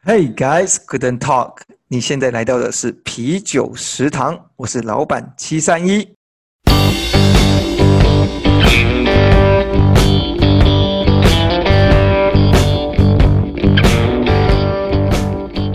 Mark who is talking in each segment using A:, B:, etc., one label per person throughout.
A: Hey guys, couldn't talk。你现在来到的是啤酒食堂，我是老板七三一。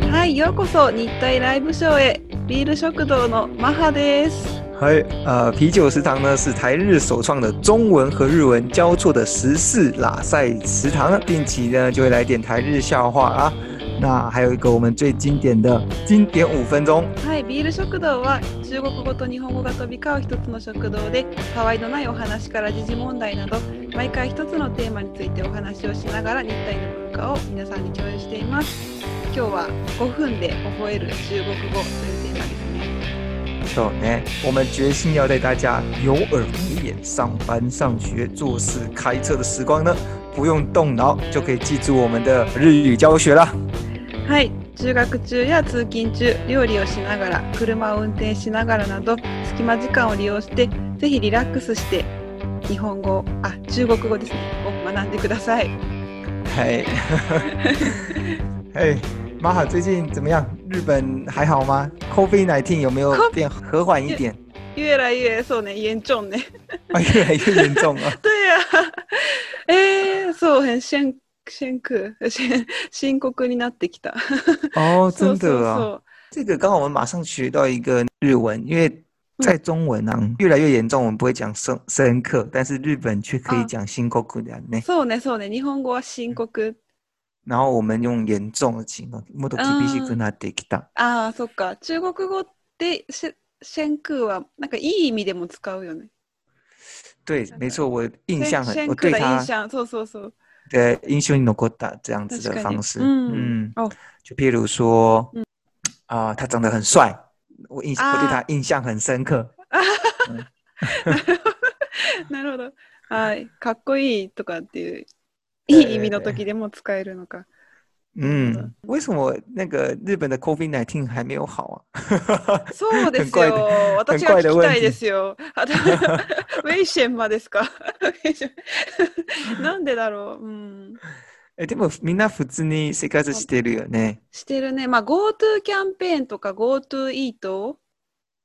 B: はい、ようこそ日体ライブショーへビール食堂のマハです。
A: 嗨，呃，啤酒食堂呢是台日首创的中文和日文交错的时事拉塞食堂，定期呢就会来点台日笑话啊。那还有一个我们最经典的经典五分钟，
B: はい、ビール食堂は中国語と日本語が飛び交う一つの食堂で、たわいのないお話から時事問題など、毎回一つのテーマについてお話をしながら日体の文化を皆さんに共有しています。今日は5分で覚える中国語というテーマですね。
A: 小呢，哎我们决心要带大家有耳无眼，上班、上学、做事、开车的时光呢，不用动脑就可以记住我们的日语教学啦。
B: はい、通学中や通勤中、料理をしながら、車を運転しながらなど、隙間時間を利用して、ぜひリラックスして、日本語、あ、中国語ですね、を学んでください。
A: 嘿，嘿，玛哈最近怎么样？日本还好吗？COVID 19有没有变和缓一点？
B: 越来越そうね、严重ね。
A: 啊，越来越严重了。
B: 对呀、えー、そうね、深深刻、深深刻になってきた。
A: 哦，
B: そ
A: 真
B: うそ
A: 的
B: う
A: 啊，
B: そう。
A: 这个刚好我们马上学到一个日文，因为在中文啊越来越严重，我们不会讲深深刻，但是日本却可以
B: 啊
A: 讲辛苦苦的呢。
B: そうね、そうね、日本語は深刻。
A: 然后我们用严重的形容，もっと厳しくなってきた。
B: ああ、そっか。中国語って、し深刻は、なんかいい意味でも使うよね。
A: 对，没错，我印象很，
B: 先
A: 我
B: 刻
A: 对
B: 的
A: 他
B: 印象，そうそうそう。
A: 的印象に残った这样子
B: 確
A: 的
B: かに
A: 方式，
B: 嗯
A: 嗯，
B: 哦
A: 就譬如说，
B: 嗯
A: 啊、他长得很帅，我印我对他
B: 啊
A: 印象很深刻，
B: なるほど。はい、かっこいいとかっていう、
A: え
B: い
A: ー
B: い意味の時でも使えるのか。
A: 嗯，为什么那个日本的 COVID 1 9还没有好啊？
B: そうです
A: 很
B: よ
A: 快。
B: 私が聞きたいですよ。 あと ウェイシェンマですか。 ウェイシェンなんでだろう。うん。
A: え、でもみんな普通に生活してるよね。
B: してるね。まあ GoTo キャンペーンとか GoTo イート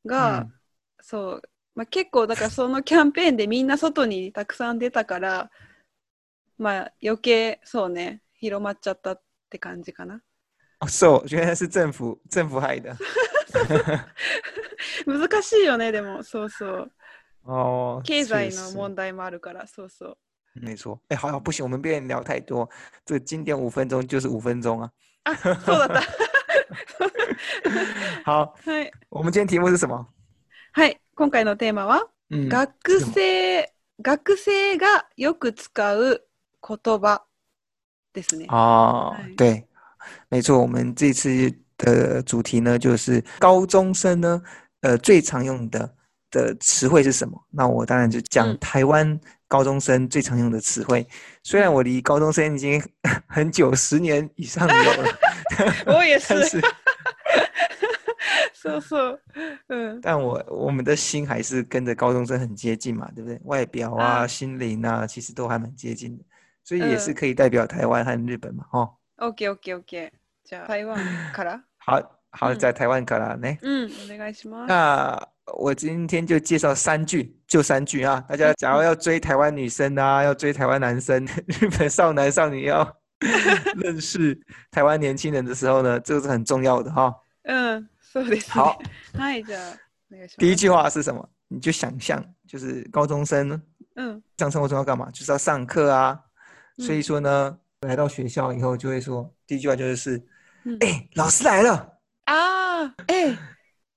B: が、
A: うん
B: そう。まあ、結構だからそのキャンペーンでみんな外にたくさん出たから、まあ余計そうね広まっちゃったって感じかな。
A: 哦，so 原来是政府政府害的
B: 難しいよねでもそうそう
A: 哦，
B: 経
A: 确
B: 済の
A: 实
B: 問題もあるからそうそう
A: 没错，哎，好，不行，我们不能聊太多。这个经典五分钟就是五分 钟啊。
B: あそうだった
A: 好，
B: はい、
A: 我们今天题目是什么？
B: はい、今回のテーマは、
A: 嗯，
B: 学生学生がよく使う言葉ですね
A: 哦
B: 哎，
A: 对，没错，我们这次的主题呢，就是高中生呢，呃，最常用的的词汇是什么？那我当然就讲
B: 嗯
A: 台湾高中生最常用的词汇。虽然我离高中生已经 很久，十年以上有 了，
B: 我也是
A: 但是
B: そうそううん
A: 但我我们的心还是跟着高中生很接近嘛，对不对？外表啊、
B: 啊
A: 心灵啊，其实都还蛮接近的，所以也是
B: 嗯
A: 可以代表台湾和日本嘛，哦。
B: OKOKOK じゃあ台湾から
A: 好好，
B: 嗯
A: 在台湾可啦呢。
B: うんお願いし ます
A: 那我今天就介绍三句，就三句啊！大家假如要追台湾女生啊，要追台湾男生，日本少男少女要 认识台湾年轻人的时候呢，这个是很重要的哈、
B: うんそうですね
A: 好，
B: はいじゃあお願いし
A: 第一
B: ます
A: 句话是什么？你就想象，就是高中生
B: うん
A: 上生活中要干嘛？就是要上课啊。所以
B: 嗯
A: 说呢，来到学校以后就会说，第一句话就是
B: うん
A: “哎、老师来了
B: ああええ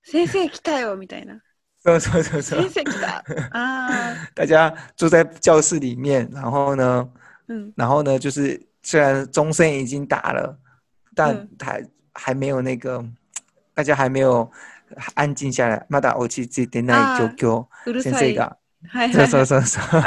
B: 先生来たよみたい な”，
A: 说说说说，
B: 先生来たああ
A: 大家坐在教室里面，然后呢，
B: うん
A: 然后呢，就是虽然钟声已经打了，但
B: 嗯
A: 还、还没有那个，大家还没有安静下来。まだ落ち着いてない
B: 啊
A: 状況。
B: うる
A: 先
B: さ
A: 生
B: いは
A: が、
B: いは
A: そう
B: い
A: そうそう そう。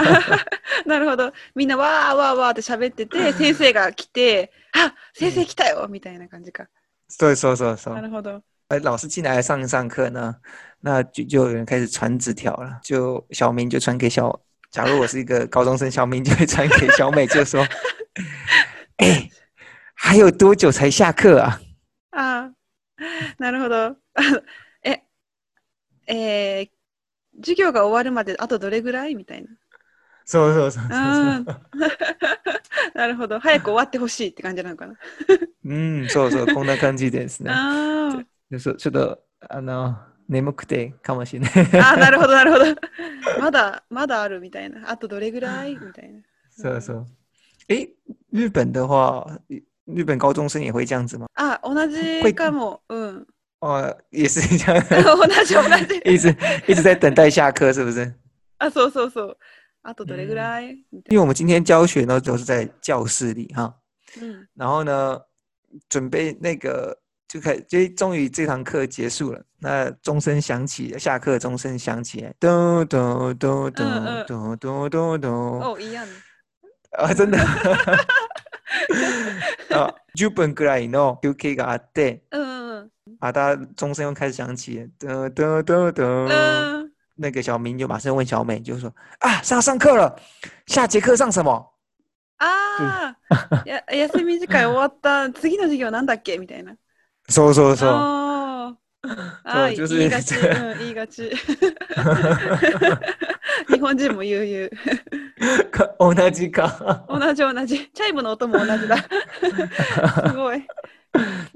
B: なるほど。みんなわーわーわーって喋ってて、先生が来て、あ先生来たよみたいな感じか。
A: そうそうそうそ
B: な
A: う。
B: るほど。
A: 哎，老师进来上一上课呢，那就就有人开始传纸条了。就小明就传给小，假如我是一个高中生，小明就会 传给小美，就说：“哎、还有多久才下课啊？”
B: なるほど。 え、えー授業が終わるまであとどれぐらいみたいな。
A: そうそうそうそう
B: あ
A: そう。
B: なるほど。早く終わってほしいって感じなのかな。
A: うん、そうそう、こんな感じですね。
B: あー
A: そうちょっと、あの、眠くてかもしれない。
B: あー、なるほど、なるほど。まだ、まだあるみたいな。あとどれぐらいみたいな。
A: そうそう。啊诶，日本的话，日日本高中生也会这样子吗？
B: あ、同じかも。うん。，
A: 哦，也是这样
B: 同じ、同じ。
A: 一直一直在等待下课，是不是？
B: あ、そうそうそう。あとどれぐらい、みた
A: 因为
B: い
A: 我们今天教学呢都是在教室里哈，
B: な。うん。
A: 然后呢，准备那个就开，就终于这堂课结束了，那钟声响起，下课钟声响起来，咚咚咚
B: 嗯
A: 咚咚咚咚咚，
B: お、いいやん。
A: あ、そんな。あ10分くらいの休憩があって、
B: うんうん
A: 啊，大家钟声又开始响起，噔噔噔
B: うん。
A: 噔。
B: うん。
A: 那个小明就马上问小美，就说：“啊，上上课了，下节课上什么
B: ああ、や休み時間終わった、次の授業なんだっけみたいな。？”
A: 说说
B: 哦
A: 说，
B: ああ、ああ
A: そう就是
B: 言いがち、 うん、言いがち。 日本人も言う言う。
A: 同じか。
B: 同じ同じ。チャイムの音も同じだ。 すごい。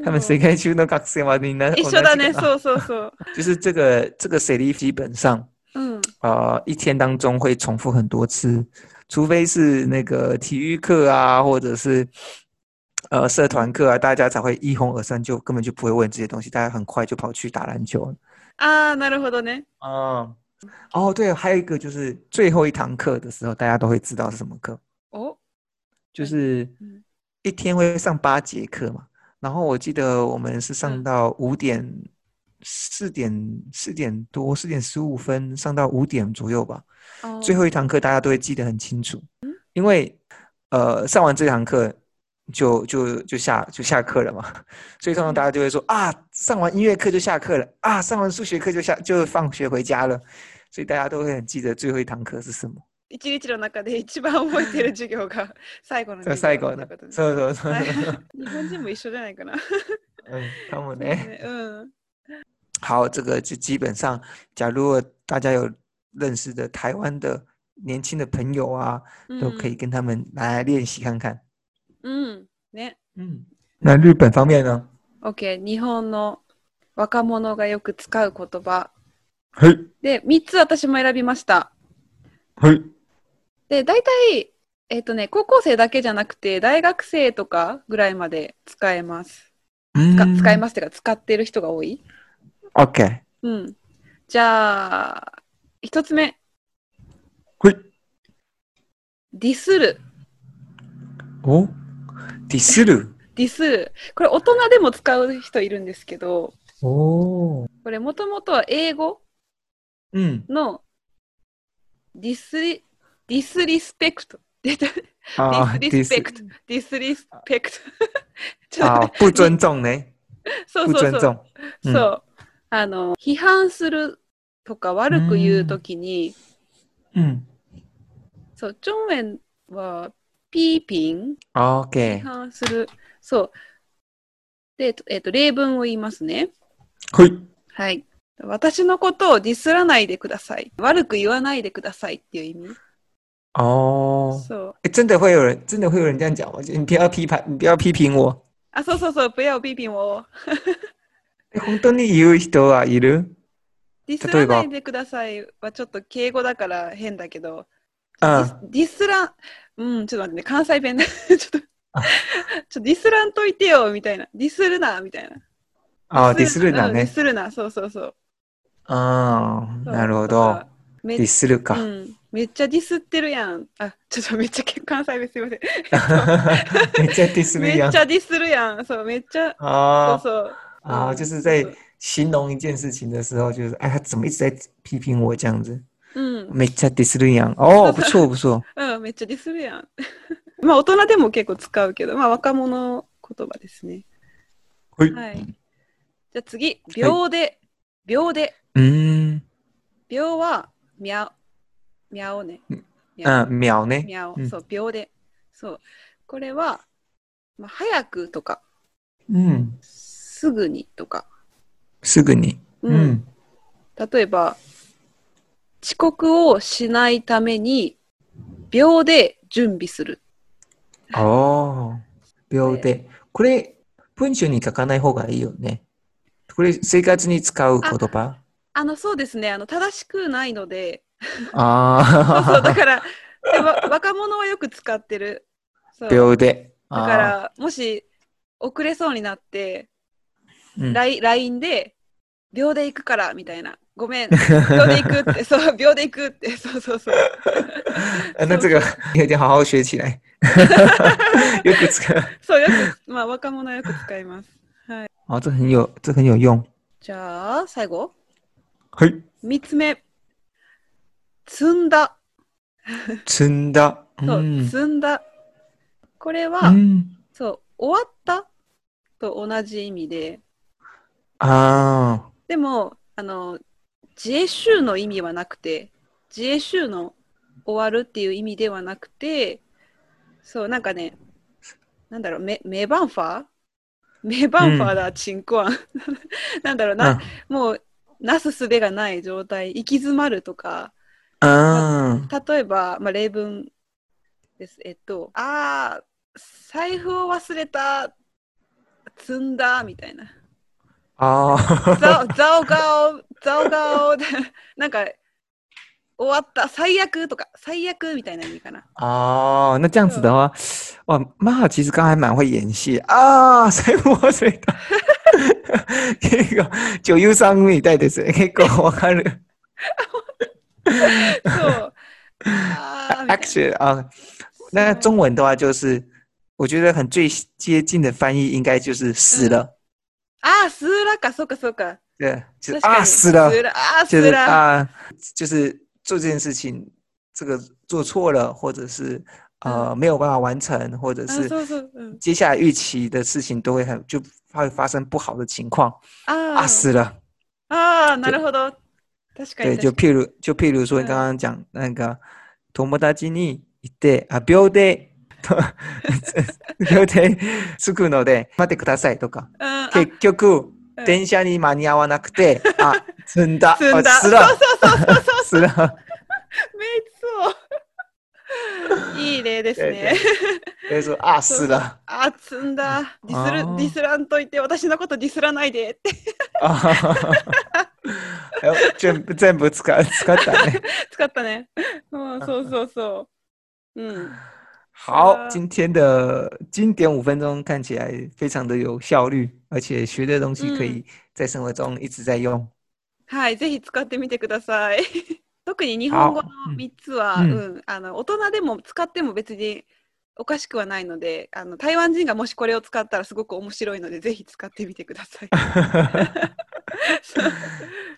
A: 他们世界中の学生はみんな
B: 一緒
A: 同
B: だね、
A: じか
B: そうそうそう。
A: 就是这个这个 s e 基本上
B: うん。
A: 呃一天当中会重复很多次，除非是那个体育课啊，或者是呃社团课啊，大家才会一哄而散，就根本就不会问这些东西，大家很快就跑去打篮球了。
B: ああ、なるほどね。
A: 嗯，哦对，还有一个就是最后一堂课的时候，大家都会知道是什么课，
B: お、
A: 就是
B: 嗯
A: 一天会上八节课嘛。然后我记得我们是上
B: 嗯
A: 到五点、四点、四点多、四点十五分，上到五点左右吧。
B: あ
A: 最
B: ー
A: 后一堂课大家都会记得很清楚，因为呃上完这堂课就就就下就下课了嘛，所以通常大家就会说啊上完音乐课就下课了啊上完数学课就下就放学回家了，所以大家都会很记得最后一堂课是什么。
B: 一日の中で一番覚えてる授業が 最後の
A: 这
B: 授業
A: 赛狗的
B: ってこ，とね
A: そうそうそう
B: はい日本人も一緒じゃないかな。
A: 嗯，他们呢？
B: ねうん。
A: 好，这个就基本上，假如大家有认识的台湾的年轻的朋友啊，都可
B: 嗯
A: 以跟他们来练习看看。
B: うん。うん。ね。
A: 嗯，那日本方面呢？
B: OK。日本の若者がよく使う言葉。
A: 嘿，
B: で、3つ私も選びました。
A: 嘿，
B: で、大体、えっ、とね、高校生だけじゃなくて、大学生とかぐらいまで使えます。使
A: 嗯，
B: 使えますっていうか、使ってる人が多い。
A: OK，
B: うん。じゃあ、1つ目、
A: 嘿，
B: ディスる。
A: 哦，迪斯鲁，
B: ディスる。これ、大人でも使う人いるんですけど、
A: 哦，
B: これ、もともとは英語
A: 嗯，
B: のディスリ、ディスリスペクト。デ
A: 啊，
B: ィスリスペクト。ディスリスペクト。 ちょっと
A: 啊
B: 待，
A: 不尊重呢，
B: ってそう
A: 不
B: そう
A: 尊
B: そう。
A: 重，嗯
B: そう。あの、批判するとか悪く言うときに、
A: 嗯
B: そう、チョンウェンはピーピン、批
A: ，OK，
B: 判する。そう。で、えっと、例文を言いますね。
A: 嘿，
B: はい。私のことをディスらないでください。悪く言わないでくださいっていう意味。
A: 哦，
B: そう。
A: 诶真的会有人，真的会有人这样讲吗？就你不要批判，你不要批评我。
B: あ、そうそうそう、不要ピーピンを。
A: 诶本当に言う人はいる？
B: ディスらないでくださいはちょっと敬語だから変だけど、
A: 嗯，
B: ディスらん、うん、ちょっと待ってね、関西弁で、 ちょっと、ちょ
A: あ
B: っとディスらんといてよ、みたいな。ディスるな、みたいな。
A: あ、ディスるだ
B: うんディ
A: ね。
B: スるな、そうそうそう。
A: ああ、
B: そう
A: なるほ
B: だか
A: ど
B: ら。め
A: ディスるか
B: う。ん、めっちゃディスってるやん。あ、ちょっとめっちゃ関西弁すいません。
A: めっちゃディス
B: め
A: るや
B: っ
A: ん
B: ち。ゃディスるやん。そう、めっちゃ、そう
A: あー
B: そう。
A: 啊，
B: 嗯
A: 就是在
B: 是
A: 形容一件事情的时候，就是哎，他怎么一直在批评我这样子？
B: うん、
A: 没在 diss 一样 哦，不错不错，
B: うん、めっちゃディスるやん。 まあ、大人でも結構使うけど、まあ、若者言葉ですね。
A: 嘿
B: はい。じゃあ次、秒で、秒で。
A: 嗯
B: 秒は、みゃ、みゃおね。みゃ
A: 嗯，秒呢？
B: おみゃお
A: う。ん
B: そう、秒で。そう。これは、まあ、早くとか、
A: 嗯
B: すぐにとか、
A: すぐに。
B: うん例えば遅刻をしないために秒で準備する
A: おー、秒で。これ、文章に書かない方がいいよね。これ、生活に使う言葉
B: あのそうですねあの正しくないの でそうそうだ
A: あ
B: からでわ若者はよく使ってるそ
A: ー、
B: う
A: 秒で。
B: だ
A: あー
B: からもし遅れそうになって
A: うん
B: ライン LINE で「秒で行くから」みたいな「ごめん秒で行く」 ってそう秒で行くってそうそうそう
A: 啊， 那这个有点好好学起来， 有个这个，
B: そうよくまあ若者はよく使います
A: 哦，这很有，这很有用。
B: じゃあ最後
A: 嘿，
B: 3つ目積んだ
A: 真的，
B: そう、
A: 嗯
B: 積んだこれは、
A: 嗯
B: そう終わったと同じ意味で
A: 啊，
B: でもあの自衛州の意味はなくて自衛州の終わるっていう意味ではなくてそうなんかねなんだろうメメバンファーメバンファーだ、チンコアン なんだろうな、
A: 啊
B: もうなすすべがない状態行き詰まるとか
A: 啊，
B: 例えば、まあ、例文です。えっと、ああ、財布を忘れた、積んだ、みたいな。
A: 哦，
B: ザオ、ザオガオ、ザオガオ、 なんか、終わった、最悪とか、最悪みたいな意味かな。
A: 哦，那这样子的话，哇，妈，其实刚才蛮会演戏啊，所以我所以他，结果九幽三米带的是，结果我看了
B: そう。あーみたいな
A: action 啊，那中文的话就是，我觉得很最接近的翻译应该就是死了。
B: あー、スーラか、そうか、そうか。
A: 对，就是
B: 確か
A: 啊
B: に
A: 死了
B: ス，ーラ あー、ス
A: 就是
B: ーラ。
A: 啊，就是做这件事情，这个做错了，或者是
B: 嗯
A: 呃没有办法完成，或者
B: あ
A: 是
B: そうそう。うん、
A: 接下来预期的事情都会很就会发生不好的情况
B: あ
A: 啊
B: ー
A: 死了。
B: あー、なるほど。確か
A: 对，
B: に
A: 就
B: 確か
A: 譬如就譬如说
B: 嗯
A: 刚刚讲那个友達に行ってあ秒 で。と秒で着くので待ってくださいとか
B: に。うんあ
A: 結局
B: うん
A: 電車に間に合わなくて あ積んだ
B: 積んだ。
A: あ
B: そ
A: 死
B: うそう
A: 了
B: そうそう。
A: 死了。
B: めっそう。いい例です
A: 对对
B: ね。
A: 所以说啊，死了
B: あ、積んだ。ディス
A: あ
B: る
A: ー、
B: ディスらんといて、私のことディスらないでって。
A: 啊，还有全部全部使使ったね。
B: 使ったね。うん、そうそうそう。うん。
A: 好，
B: 呃
A: 今天的经典五分钟看起来非常的有效率，而且学的东西可以在生活中一直在 用。
B: はい、ぜひ使ってみてください。 特に日本語の
A: うん
B: 3つは、
A: う
B: うんん、あの大人でも使っても別におかしくはないので、あの台湾人がもしこれを使ったらすごく面白いので、ぜひ使ってみてください。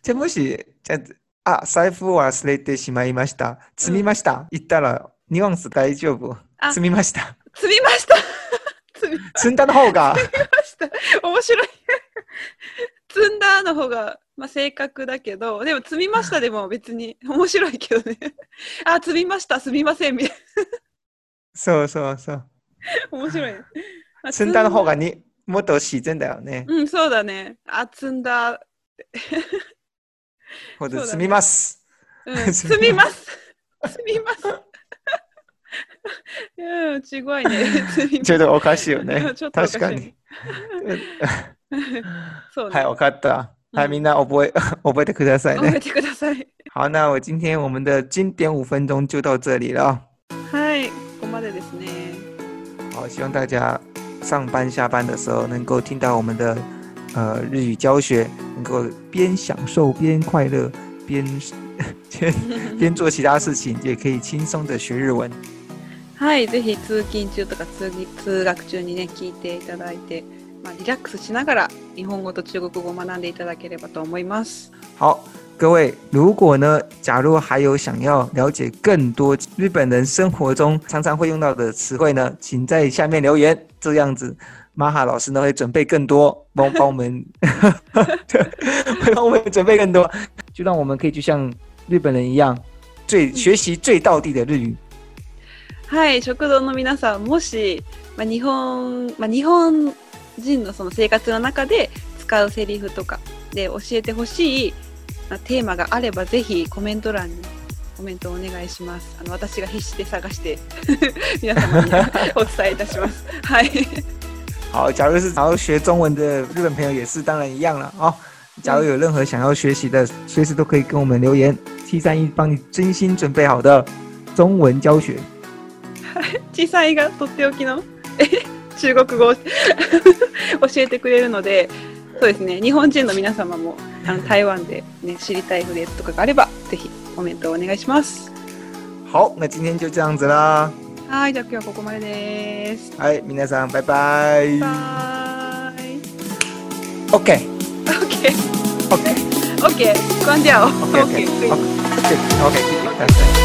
A: じゃあもしじゃああ財布を忘れてしまいました。積みました。言ったらニュアンス大丈夫。
B: あ
A: 積みました。
B: 積みました。 積み
A: 積んだの方 が。
B: ました。面白い。 積んだの方が、まあ、正確だけど、でも積みましたでも別に面白いけどね。 あ、積みました、すみません、みたい
A: そうそうそう。
B: な。面白い。あ
A: 積んだの方。がにもっと自然だよね。
B: うん、そうだね。あ、積んだ。
A: 或者
B: そうだね
A: 積みます。
B: うん、 積みます。積みます。 うん、ちご いね。積みま
A: ちょっ
B: す。
A: とおかしいよ
B: ちょ
A: ね
B: っと。おかしい
A: 確かに。
B: そう
A: はい、
B: ね。
A: わかった。はい、
B: うん
A: みんな 覚え、覚えてください
B: 覚え
A: ね。
B: てください。
A: 好，那我今天我们的经典五分钟就到这里了。
B: はい、ここまでですね。
A: 好，希望大家上班下班的时候能够听到我们的呃日语教学，能够边享受边快乐，边 边边做其他事情，也可以轻松的学日文。
B: はい、ぜひ通勤中とか通勤通学中にね聞いていただいて、まあ、リラックスしながら日本語と中国語を学んでいただければと思います。
A: 好，各位，如果呢，假如还有想要了解更多日本人生活中常常会用到的词汇呢，请在下面留言。这样子，玛哈老师呢会准备更多，帮帮我们， 会帮我们准备更多，就让我们可以就像日本人一样，最学习最到地的日语。
B: はい、食堂の皆さんもし、まあ、日本、まあ、日本人のその生活の中で使うセリフとかで教えてほしいあテーマがあればぜひコメント欄にコメントをお願いします。あの私が必死で探して 皆様にお伝えいたします。はい。
A: 好，假如是想要学中文的日本朋友也是，当然一样了啊、哦。假如有任何想要学习的，随时都可以跟我们留言，T 三一帮你精心准备好的中文教学。
B: 小さいがとっておきの え中国語を 教えてくれるので、そうですね。日本人の皆様もあの台湾でね知りたいフレーズとかがあればぜひコメントをお願いします。
A: 好，那今天就这样子啦。
B: はい、じゃあ今日はここまでです。
A: 哎，明天上，拜拜。
B: バイ。
A: OK
B: OK
A: OK
B: OK。关掉。
A: OK OK OK
B: OK。
A: OK，谢谢大家。